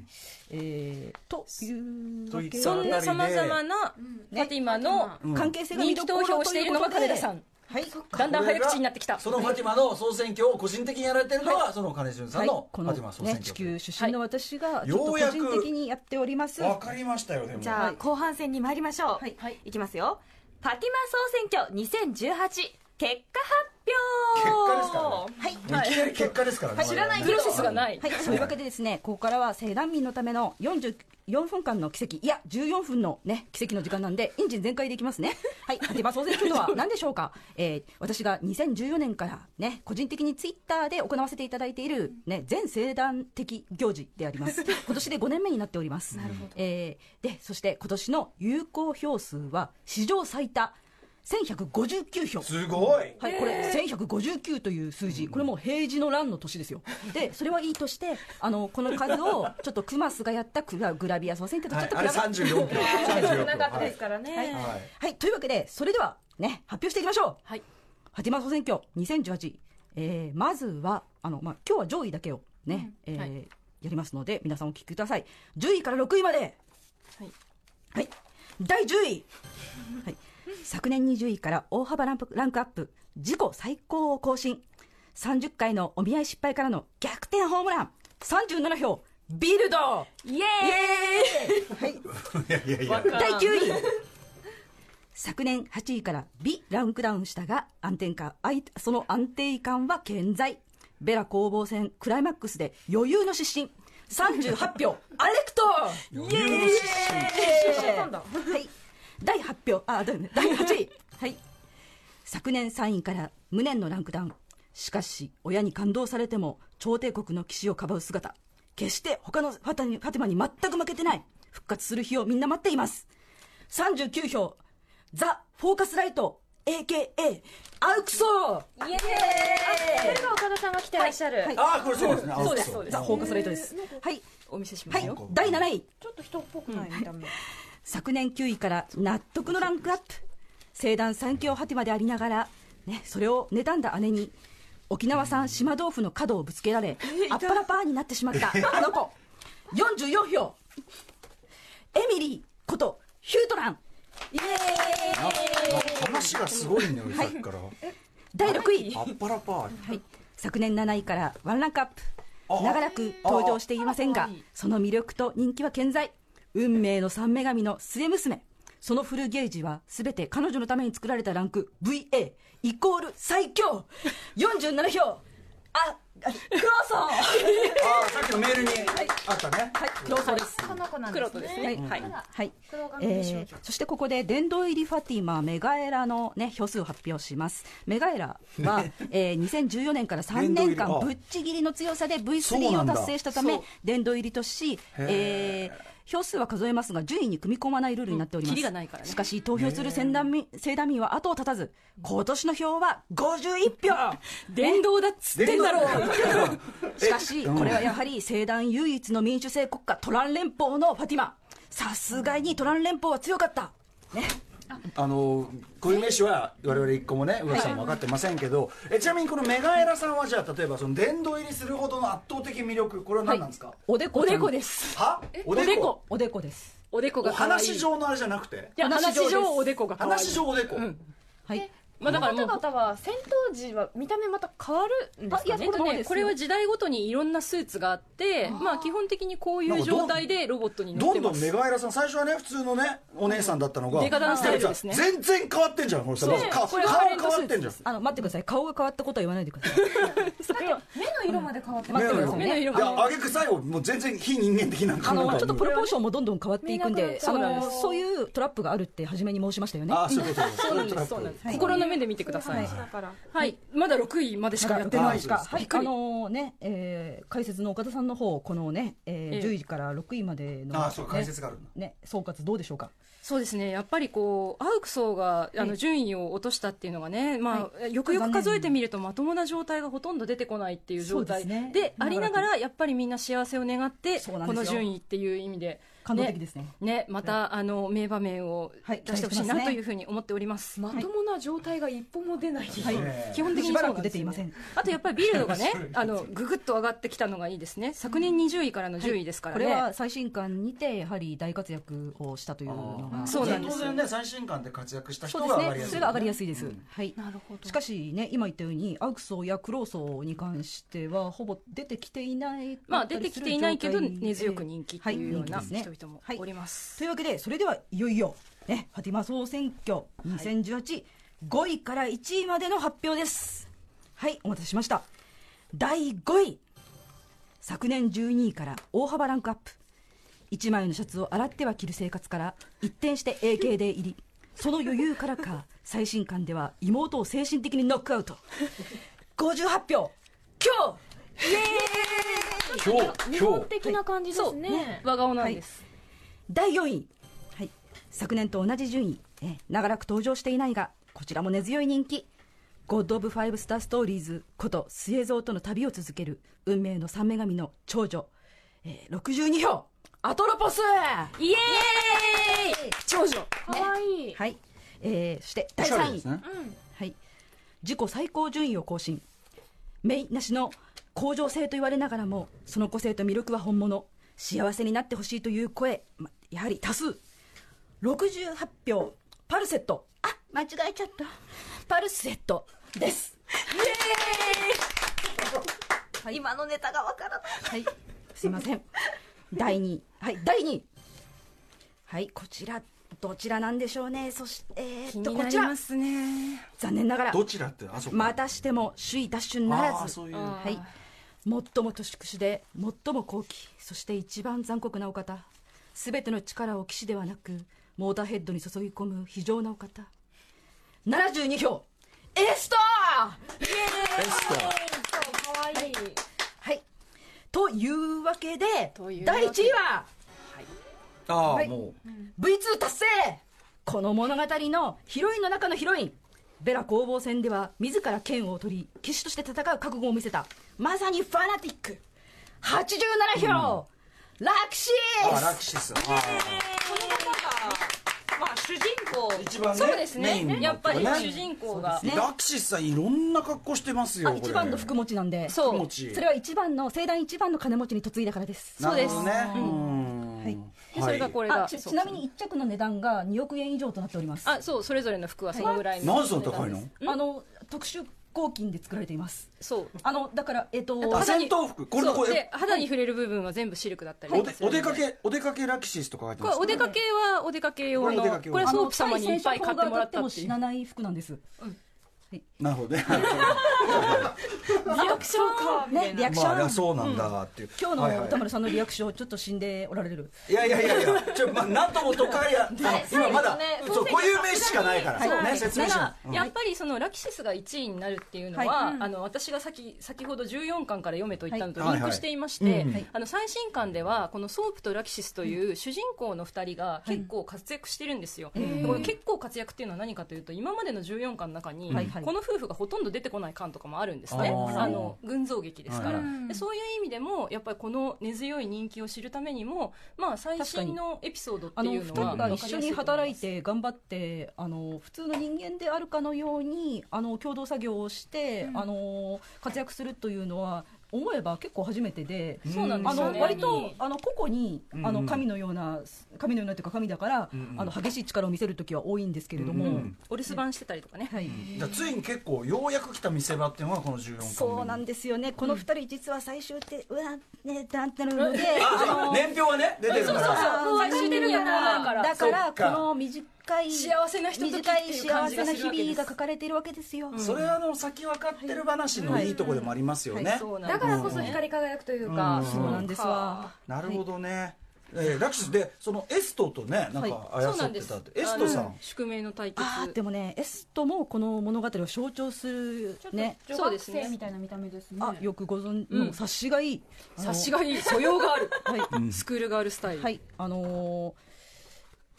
えーというわけで
そんなさまざまなフ
ね
ァティマの
関係性が見
人
ど
気
ころ
投票をしているのが金田さん、
はい、
だんだん早口になってきた
そのファティマの総選挙を個人的にやられてるのは、その金潤さ
は
ん
い
のフ
こ
ァ
の、
ティマ総選
ね、地球
挙
出身の私が
い
ちょっ
よ
と
う
個
やく
人的にやっております。
わかりましたよでも
じゃあ後半戦に参りましょうはい、い、きますよファティマ総選挙2018結果
結果ですか
発表
らね、はい、いきなり結果ですからね、知らない
プロセスがない、
はい、そういうわけでですね、ここからは青団民のための44分間の奇跡、いや、14分のね、奇跡の時間なんで、エンジン全開でいきますね。はい、立場総選挙とは何でしょうか えー私が2014年からね、個人的にツイッターで行わせていただいている、ね、全青団的行事であり ます。今年で5年目になっております。なるほど。えーで、そして今年の有効票数は、史上最多、1159票。
すごい
はい、これ1159という数字、これもう平時の乱の年ですよ。で、それはいいとして、あのこの数をちょっとクマスがやったグラグラビア総選挙と
は
ちょ
い
っと
あ
比
れ
べて、
34票34票はい
からね、
はい、
はい
はいというわけで、それではね、発表していきましょう。
はい
ハティマ総選挙2018、えー、まずは、あの、まあ、今日は上位だけをね、えー
はい
やりますので、皆さんお聞きください。10位から6位まで。
はい。
はい。第10位。はい。昨年20位から大幅ランプランクアップ、自己最高を更新。30回のお見合い失敗からの逆転ホームラン。37票、ビルド
イエ
イ
ー
エ
イ
ーイはい。
いやいやいや
第9位昨年8位から微ランクダウンしたが安定感あいその安定感は健在ベラ攻防戦クライマックスで余裕の失神38票アレクト
余裕の
はい、第8票あだよね第8位はい昨年3位から無念のランクダウンしかし親に感動されても朝廷国の騎士をかばう姿決して他のファタにファティマに全く負けてない復活する日をみんな待っています39票ザ・フォーカスライト AKA アウクソー
イエーイ
これが岡田さんが来てらっしゃる、
はい
ああこれそうですねあ
そうですそうです
ザ・フォーカスライトですはい
お見せしま
は
す
い
よ。
第7位
ちょっと人っぽくない見た目
昨年9位から納得のランクアップ聖団三強ハティまでありながら、ね、それを妬んだ姉に沖縄産島豆腐の角をぶつけられあっぱらパーになってしまったあの子44票エミリーことヒュートランイエーイ
話がすごいんだよねさっきから
第6位、
あっぱらパー
はい、昨年7位からワンランクアップ
あ
長らく登場していませんがその魅力と人気は健在運命の三女神の末娘そのフルゲージは全て彼女のために作られたランク VA イコール最強47票ああクローソン
ああさっきのメールにあったね
はいクローソンです
この子なん
黒
で
と
す
で
ね
すね。はい。
はい
黒髪
え
でしょう
ーそしてここで殿堂入りファティマメガエラの、ね、票数を発表しますメガエラは、 えー2014年から3年
殿
間
堂入
ぶ
り
っちぎりの強さで
そう
V3
な
を
んだ
達成したため殿堂入りとし、えー票数は数えますが順位に組み込まないルールになっております、
うんキリがないからね
しかし投票する選団民聖団民は後を絶たず今年の票は51票
電動だっつってんだろう。
しかし、これはやはり西団唯一の民主制国家トラン連邦のファティマさすがにトラン連邦は強かった
あの固有名詞は我々一個もね上さんも分かってませんけど、えちなみにこのメガエラさんはじゃあ例えばその殿堂入りするほどの圧倒的魅力これは何なんですか、
おでこ
お
ちゃん
でこです。
はお
お
で
で
こ
こおでこです
おでこ
お
が可愛い。
話上のあれじゃなくて
いや
話
話
上です
上おでこが可愛い。
話上おでこ、
はい
まあだからもう
方。々は戦闘時は見た目また変わるんですか
え
ね
っとね、これは時代ごとにいろんなスーツがあってまあ基本的にこういう状態でロボットに乗っ
ど
て
んど
ま
ん
す
メガエラさん最初はね普通のねお姉さんだったのが、
デカダンスタイルですね
全然変わってんじゃんこれさ、まずか
こ
顔
れは
変わってんじゃん
あの待ってください顔が変わったことは言わないでください
目の色まで変わって
待
目
ってくだ
の
さい
目の
ね
色
色いやあげく最後もう全然非人間的な
あ
感
の
じ
ちょっとプロポーションもどんどん変わっていくんであ
そうなんです
のそういうトラップがあるって初めに申しましたよね
ああそういうことです
そうなんですそうなんです心の目で見てください
だから
はいまだ6位までしかやってない
あそうです
はい、あのね、えー解説の岡田さんの方このね、えー
ええ
10位から6位までの、ね、
ああそう解説があるんだ
ね総括どうでしょうか
そうですねやっぱりこうアウクソーがあ
は
の
い
順位を落としたっていうのがね、まあ、よくよく数えてみるとまともな状態がほとんど出てこないっていう状態
そうですね
でありなが
長
らやっぱりみんな幸せを願って
そう
こ
なんですよ
の順位っていう意味で
感動的ですね
ねまたあの名場面を
はい
出してほしいなというふうに思っております。
まともな状態が一歩も出ない
はい、
え
基本的にそう
しば
な
ら
ん
く
で
出
す
て
よね
いません
あとやっぱりビルドが ねあのぐぐっと上がってきたのがいいですね昨年20位からの10位ですから
こ
ね、
れは最新刊にてやはり大活躍をしたというのが
そうなんですよ
当然ね最新刊で活躍した人
そう
が上がり
で
やす
すね
い
それが上がりやすいです、はい
なるほど
しかしね今言ったようにアウクソーやクローソーに関してはほぼ出てきていない
まあ出てきていないけど
状態で
根強く人気っていうような
は人気
人
ですね
々も
はい
おります、
というわけでそれではいよいよ、ね、ファティマ総選挙20185位から1位までの発表ですはいお待たせしました第5位昨年12位から大幅ランクアップ1枚のシャツを洗っては着る生活から一転して AK で入りその余裕からか最新刊では妹を精神的にノックアウト58票今日イエー
今
イ
日
日
今
本
日
的な感じですね
和顔なんです、
第4位、はい、昨年と同じ順位えー長らく登場していないがこちらも根強い人気ゴッド・オブ・ファイブ・スター・ストーリーズこと末蔵との旅を続ける運命の三女神の長女、えー、62票アトロポス
イエーイ長女
可愛い
はい、えーそして第
おしゃれ
3
で
位
す、ね
はい、自己最高順位を更新メインなしの向上性と言われながらもその個性と魅力は本物幸せになってほしいという声、まやはり多数68票パルセットあ間違えちゃったパルセットです
今のネタがわからない
はいすいません第2位はい第2位はいこちらどちらなんでしょうねそしてえ
気
ーっと
に
こ
な
ち
り
ら
ますね
残念ながら
どちらってあそこ
またしても首位奪取な
あ
ら
ー
ず
そういう
あー
はい、最も年くしで最も高貴そして一番残酷なお方すべての力を騎士ではなくモーターヘッドに注ぎ込む非常なお方72票エスター
可愛い
はいというわけで
というわけ
第1位は
ああ、
はい
も
V2 達成この物語のヒロインの中のヒロインベラ攻防戦では自ら剣を取り騎士として戦う覚悟を見せたまさにファナティック87票、楽し
うあ
い
ラクシスあ
まあ主人公
ー一番ね
そうです
メインの
ねやっぱり
ね
主人公が
ね
ラクシスさんいろんな格好してますよ
あ
これ
一番の福持ちなんで
そう
福持ち
それは一番の盛大一番の金持ちに嫁いだからです
なるほどね
そうです
うんはい
でそれがこれが
あち
そう
ちなみに1着の値段が2億円以上となっておりますあ
あそうそれぞれの服はそのぐらい
なんでそんな高いの
の特殊合金で作られています
そう
あのだからえっ、と
あ
肌
戦
に
闘服これのこ
そうで
れ
肌に触れる部分は全部シルクだったり
お
とか
です
る
お
んで
出かけお出かけラクシスとか書いて
こ
ま
れ
す
お出かけはお出かけ用の
これお出
こ
かけ用
れはソープ様にいっぱい買ってもらったってい
あの対戦車砲が当たっても死
う
なない服なんです
なるほどね
リアクションかねリアクション、
まあそうなんだっていう
今日
はいは
の
い
歌丸さんのリアクションちょっと死んでおられる、
いやいやいやいや、ちょ、まあ、なんとも都会や、あの今まだ、そう、固有名詞しかないから、
そう
ね、説明書
ただやっぱりそのラキシスが1位になるっていうのは、あの私が先先ほど14巻から読めと言ったのと
はい
リンクしていまして、
はいはいうん
あの最新巻ではこのソープとラキシスという主人公の2人が結構活躍してるんですよ、でこれ結構活躍っていうのは何かというと今までの14巻の中に、
はいはい
この夫婦がほとんど出てこない巻とかもあるんですね
あー
あの群像劇ですから、
はい
でそういう意味でもやっぱりこの根強い人気を知るためにも、まあ、最新のエピソードって
あの
い
二
うのは分か
人が
りや
一
すいと
緒
思
に働
いま
い
す
て頑張ってあの普通の人間であるかのようにあの共同作業をして、あの活躍するというのは思えば結構初めてで。
そうなんで
あ
すよ
の
ね
割とあの個々にあ
うんう
の
ん
神のような神のようなというか神だから
うん
あの激しい力を見せる時は多いんですけれど
う
も
ん
お留守番してたりとかね、
はい
じゃあついに結構、ようやく来た見せ場っていうのが、この14巻目。
そうなん
で
ですよねこの二人実は最終ってうわねってなってるので
あ、
あの
年表はね、出てるから。
最終的にはこうなるから
だから
そっか
この短い
幸せなひとときって
短い
いう感
幸
じ
せ
が
な
するわけ
日
です
々が書かれているわけですよ、
それはあの先分かってる話のいいとこでもありますよね。
そうなん
だ
です
からこそ光り輝くというか、
うん
そうなんですわ
なるほどね。えーラクシスで、そのエストとね、なんか
そ
争
うな
っ
んで
て
す
たって、エストさ
あの
ん。
宿命の対決
あーでもねエストもこの物語を象徴するね
女学生み
みたいな見た目ですね。
あよくご存知、もう察しがいい
察しがいい素養がある、
はい、
スクールガールスタイル、
はい、あのー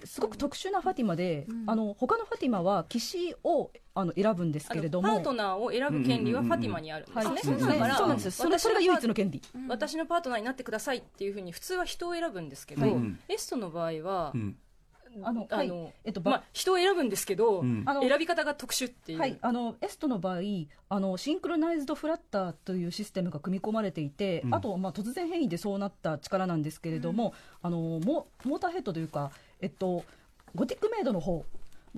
すごく特殊なファティマで、あの他のファティマは騎士をあの選ぶんです
あ
け
の
れど
パ
も
ートナーを選ぶ権利はファティマにあるんで
は
す
い
ね、
そう
だから
なんですよそれ
私
それが唯一の
パー
権利
私のパートナーになってくださいっていうふうに普通は人を選ぶんですけど、
うん
エストの場合は、
うん
あの
あ
はい
の、
えっとば
まあ、人を選ぶんですけど、
ん
あの
選び方が特殊っていう、
はい、あのエストの場合あのシンクロナイズドフラッターというシステムが組み込まれていて、あと、まあ、突然変異でそうなった力なんですけれども、あのモモーターヘッドというか、えっと、ゴティックメイドの方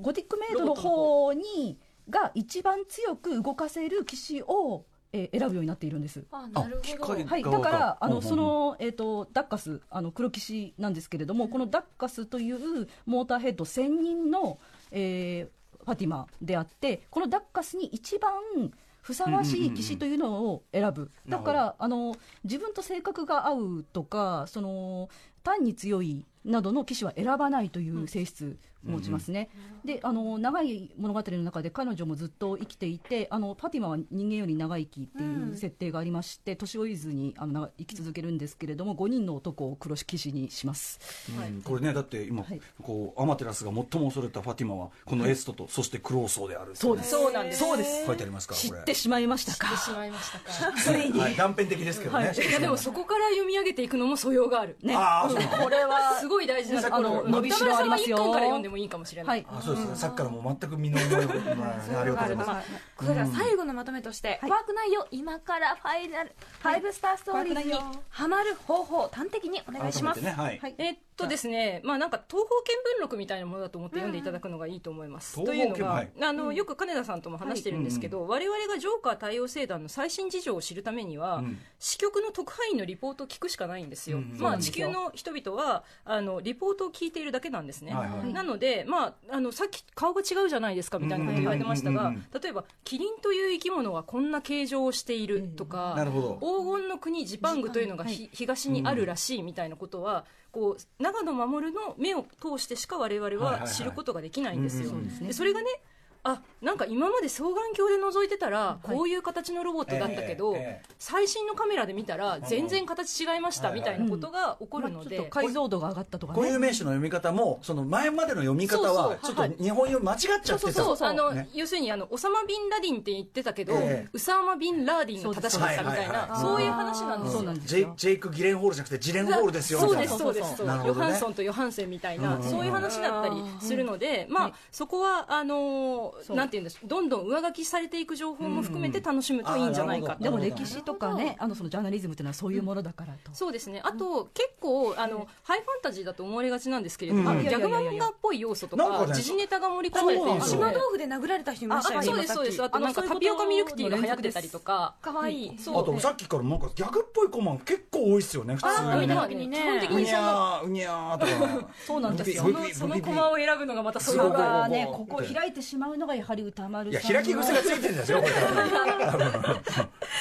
ゴティックメイドの方にが一番強く動かせる騎士を、えー選ぶようになっているんです。
あ
あ
なる、
機
ほど
械。
はい、だから、あの、そ、の、えっ、と、ダッカス、あの、黒騎士なんですけれども、このダッカスというモーターヘッド専任の、えーファティマであって、このダッカスに一番、ふさわしい騎士というのを選ぶ、
んうん
だからあの自分と性格が合うとかその単に強いなどの騎士は選ばないという性質を持ちますね、であの長い物語の中で彼女もずっと生きていてあのパティマは人間より長生きっていう設定がありまして、年老いずにあの長生き続けるんですけれども5人の男を黒騎士にします
うんこれねだって今、
はい
こうアマテラスが最も恐れたファティマはこのエストと、そしてクローソーである
そうです
そうなんです
そうです
書いてありますから
知
こ
っ
れ
てしまいましたか
しまいましたか
はい、断片的ですけどね、
いやでもそこから読み上げていくのも素養がある、
ね
ああそうなの
これは
すごい大事なところ
あの伸びしろありますよ
渡辺さんは一巻から読んでもいいかもしれな、
はいい
あそうですねさっきからもう全く身の上のことないありがとうございます、
これじゃあ最後のまとめとして、怖くないよ今からファイナルファイブスターストーリーズに
怖くないよ
ハマる方法を端的にお願いし
改
ま
め
す
て。ねはい、
はい
えっとですね、まあなんか東方見聞録みたいなものだと思って読んでいただくのがいいと思います。
うん
というのが、
東
あのよく金田さんとも話してるんですけど、我々がジョーカー対応聖団の最新事情を知るためには、
ん
支局の特派員のリポートを聞くしかないんですよ。
うん
まあ地球の人々はあのリポートを聞いているだけなんですね。
はいはい
なのので、まあ、あのさっき顔が違うじゃないですかみたいなこと言われてました
うんうん
が
うんうん
例えばキリンという生き物はこんな形状をしているとか、
なるほど
黄金の国ジパングというのがひ、東にあるらしいみたいなことは、こう長野守の目を通してしか我々
はいはいは
はい知ることができないんですよ。
うんうんうん
そうですね
でそれがねあなんか今まで双眼鏡で覗いてたらこういう形のロボットだったけど、
ええええ
最新のカメラで見たら全然形違いました
はい
み
はい
たいなことが起こる
まあ
の
ち
で、
ょっと解像度が上がったとか
固
ね
有名詞の読み方もその前までの読み方はち
そうそ
ょっ
うはい
と日本語間違っちゃってた
そうそうそう、あの、
ね
要するにあの、オサマ・ビン・ラディンって言ってたけど、
ええ
ウサーマ・ビン・ラーディンが正しかったみたいな、
そうですはいはいはい
そういう話なんです
そ
よ。
うなんです
ジェイ
よ
ジェイク・ギレンホールじゃなくてジレンホールですよみ
そう
たい
で
な
すそうです
そ
そうう
なるほ
ヨ
どね
ハンソンとヨハンセンみたいな、
うん
そういう話だったりするので、まあ、そこはあのー
そう
なんて言うんでしょうどんどん上書きされていく情報も含めて楽しむといいんじゃないか
うんうんあーなるほど
と
でも歴史とかねあのそのジャーナリズムっていうのはそういうものだからと、
そうですねあと、結構あのハイファンタジーだと思われがちなんですけれども、
うん
ギャグ漫画っぽい要素と
なんか
か
ね
時事ネタが盛り込まれている
そうなん
ので
ですよ
豆腐で殴られた人いま
あ
したよね
そう
今さっき
ですそうですあとなんかタピオカミルクティーが流行ってたりとか
かわいい、
そう
あとさっきからなんかギャグっぽいコマン結構多いっすよね普通
あ
に
でも
ね
に
ね基
ね
本的
う
に
に
その
ゃーうにゃーとか
そうなんですよ
ブ
そ
ビ
の
ビ
その
ブビビ
コマを選ぶのがまたそ
すご
の
い
だから
こ
ね
こ
ここ開いてしまうのがやはり歌丸
い
さ
や
ん
開き
の
癖がついてるんで すよこれ多分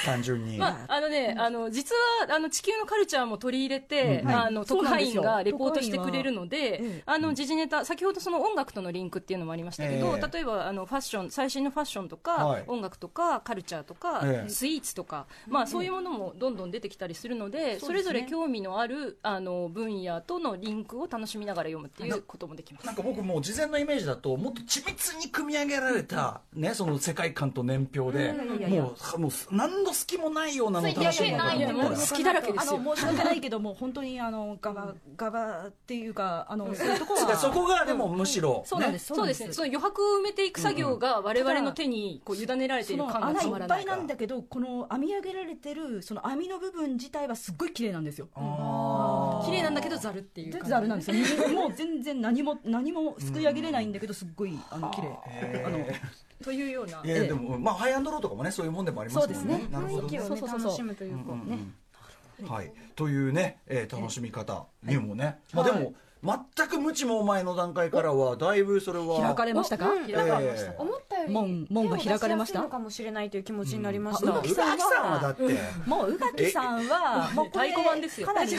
単純に
まあ、あのね、あの、実は、あの、地球のカルチャーも取り入れて、
うん
あの、
そう
特
な
派
んです
員
よ
がレポートしてくれるので、
特派員はええ
あの、時事ネタ、先ほどその音楽とのリンクっていうのもありましたけど、
ええ
例えば、あの、ファッション、最新のファッションとか、
はい
音楽とか、カルチャーとか、
ええ
スイーツとか、まあ、そういうものもどんどん出てきたりするので、それぞれ興味のある、あの、分野とのリンクを楽しみながら読むっていうこともできます。
なんか僕もう事前のイメージだともっと緻密に組み上げられた、ね、その世界観と年表でもうもう何の隙もないようなのを楽しむのかと
いや
思った
も
ら
う好きだらけですよ
あ。の申し訳ないけども本当にあのガバガバっていうかあのそういうとこは
そこがでもむしろ、
そうなんです、
ね
そうですね。その余白を埋めていく作業が我々の手にこう委ねられて
そ
いる
の
感が
穴
た
い
まら
っ
な
ぱ
い
い。なんだけどこの編み上げられてるその網の部分自体はすっごい綺麗なんですよ
あー
綺麗なんだけどざるっていう
全
感
然
じ
あれなんですよもう全然何も何もすくい上げれないんだけどすっごいあの綺麗あの
というようない
やでも、まあ、ハイアンドローとかもねそういうもんでもありますもんね
そうですね
なるほど
息
ね
を、
そう
ね、
そうそう
楽しむというか、
うんうんはい、というね、えー楽しみ方にもね、まあ、でも、全く無知もお前の段階からはだいぶそれは
開かれましたか
うん
えー
なんか思ったより
門門が開かれまし
手を出やすい
た
のかもしれないという気持ちになりました、
うんあうま
宇垣さんはだって、
もう宇垣さんはもうこれ
太鼓判ですよ
かなりね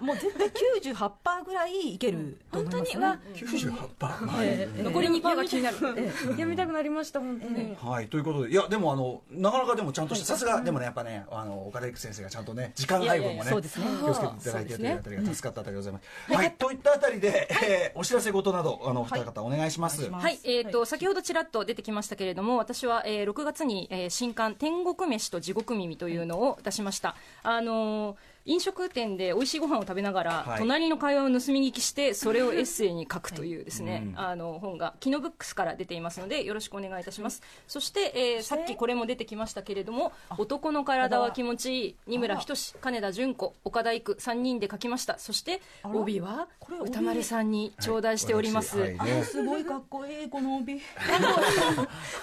もう絶対98%ぐらいいけると思いますね
98%番、
ええ
残り2パーが気になる
読みたくなりました本当に、
はい、ということで、いや、でも、あの、なかなかでもちゃんとした、さすが、でもね、やっぱね、あの、岡田育先生がちゃんとね、時間配分も
いやいやい
ね、
や
気
そ
を
う
つ
です
け
ね
ていただいてというあたりが助かったあたりでございます。はい、といったあたりで、えーお知らせ事など、あの、お二方お願いします。
ま
はい、えっ、と、先ほどちらっと出てきましたけれども、私は、えー6月に、えー新刊、天国飯と地獄耳というのを出しました。あのー飲食店で美味しいご飯を食べながら、
はい
隣の会話を盗み聞きして、それをエッセイに書くというですね、あの、本が、キノブックスから出ていますので、よろしくお願いいたします。そして、えーさっきこれも出てきましたけれども、男の体は気持ちいい、二村仁、金田純子、岡田育、3人で書きました。そして、帯は
これ、帯
歌丸さんに頂戴しております。
はい
あーすごいかっこいいこの帯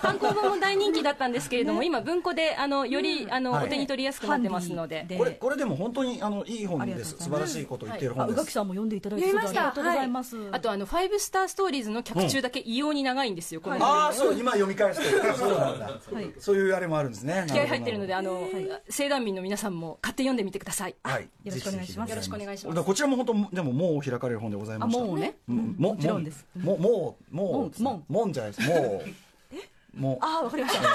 単行本も大人気だったんですけれども、今文庫であのより、あの、
はい
お手に取りやすくなってますので。
これ、これでも本当に、あの、いい本です。素晴らしいことを言っている
あ
本
宇
で
垣
す。
さんも読んでいただいて
読みました
ありがとうございます
あとあのファイブスターストーリーズの脚注だけ異様に長いんですよ。この
ああ、そう、今読み返して。そうなんだ
い。
そういうあれもあるんですね。
気合入ってるので、
な
あの、聖団民の皆さんも買って読んでみてください。
ほど。はい、
よろしくお願いします
よろしくお願いします
だからこちらも本当、でも、もう開かれる本でござい
あ
ました。
もうね
うんも、も
ちろんです
もう、もう、もう、
もん
もんじゃないです。もう。もう。
あーわかりました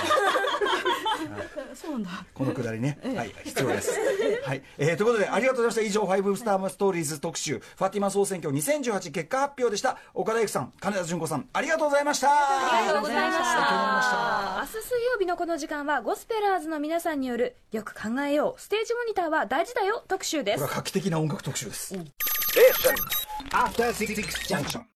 そうなんだ
このくだりね。はい、必要です。はい。えーということで、ありがとうございました。以上、ファイブスターストーリーズ特集、ファティマ総選挙2018結果発表でした。岡田由紀さん、金田純子さん、ありがとうございました。あ
ありがとうございまし
りがとうございました
た明日水曜日のこの時間はゴスペラーズの皆さんによる「よく考えようステージモニターは大事だよ」特集です
これは画期的な音楽特集です。
After Six Junction.